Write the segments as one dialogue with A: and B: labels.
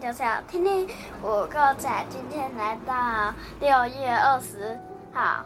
A: 就是要听听五个仔。今天来到六月二十号，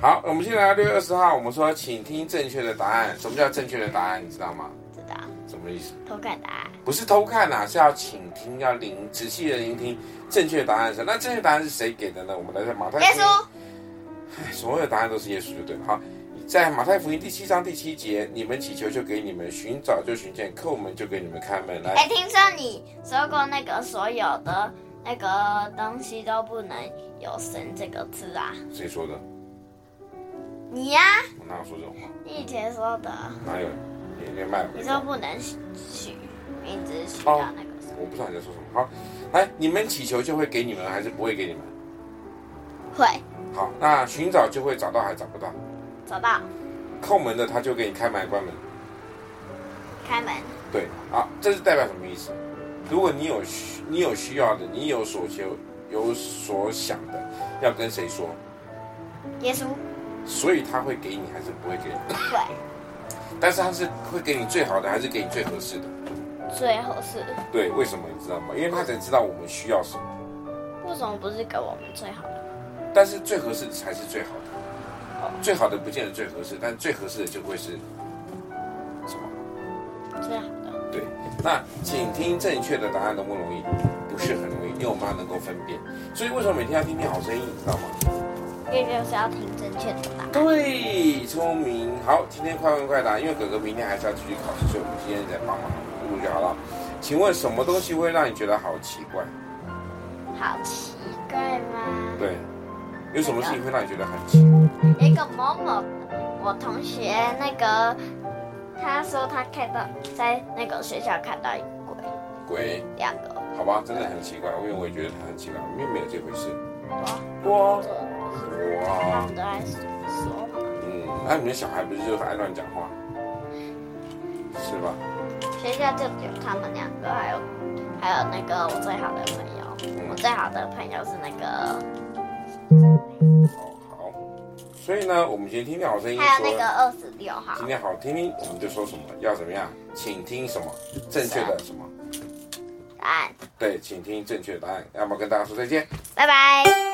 B: 好，我们现在来六月二十号，我们说请听正确的答案。什么叫正确的答案？你知道吗？
A: 知道
B: 什么意思？
A: 偷看答案，
B: 不是偷看啊，是要请听，要聆仔细的聆听正确答案是什么。那正确答案是谁给的呢？我们来看马太
A: 耶
B: 福音
A: 稣
B: 所有答案都是耶稣就对了。好，在马太福音第七章第七节，你们祈求就给你们，寻找就寻见，叩门就给你们开门。来，
A: 哎，听说你说过那个所有的那个东西都不能有神这个字啊？
B: 谁说的？
A: 你呀、
B: 我哪有说这种话？
A: 你以前说的，
B: 哪有？你你卖
A: 你
B: 我
A: 说
B: 吗？
A: 不能取名字取到那个什么？
B: 我不知道你在说什么。好，来，你们祈求就会给你们，还是不会给你们？
A: 会
B: 好，那寻找就会找到，还找不到。
A: 找到
B: 叩门的他就给你开门还关门。
A: 开门，
B: 对，好，这是代表什么意思？如果你有需你有需要的，你有所求有所想的，要跟谁说？
A: 耶稣
B: 所以他会给你还是不会给你？
A: 会
B: 但是他是会给你最好的，还是给你最合适的？
A: 最后是
B: 对，为什么你知道吗？因为他才知道我们需要什么，
A: 为什么不是给我们最好的？
B: 但是最合适的才是最好的。啊最好的不见得最合适，但最合适的就会是什么？
A: 最好的
B: 对，那请听正确的答案容不容易？不是很容易，因为我们要能够分辨。所以为什么每天要听听好声音，你知道吗？
A: 因为就是要听正确的答案。
B: 对，聪明。好，今天快问快答，因为哥哥明天还是要继续考试，所以我们今天再帮忙录就好了。请问什么东西会让你觉得好奇怪？
A: 好奇怪吗？
B: 对，有什么事情会让你觉得很奇怪？
A: 一个某某，我同学那个，他说他看到在那个学校看到一个鬼，
B: 鬼？
A: 两个
B: 好吧，真的很奇怪，因为我也觉得它很奇怪，因为没有这回事。
A: 我
B: 哇
A: 这他
B: 哇
A: 们，都在说嘛，
B: 嗯，那你们小孩不是就是爱乱讲话，是吧？
A: 学校就只有他们两个，还有还有那个我最好的朋友，我最好的朋友是那个，
B: 哦，好。所以呢，我们先听听好声音
A: 还有
B: 说。
A: 那个二十六号
B: 今，天好听听，我们就说什么要怎么样，请听什么正确的什么，
A: 答案，
B: 对，请听正确的答案。要么跟大家说再见。
A: 拜拜。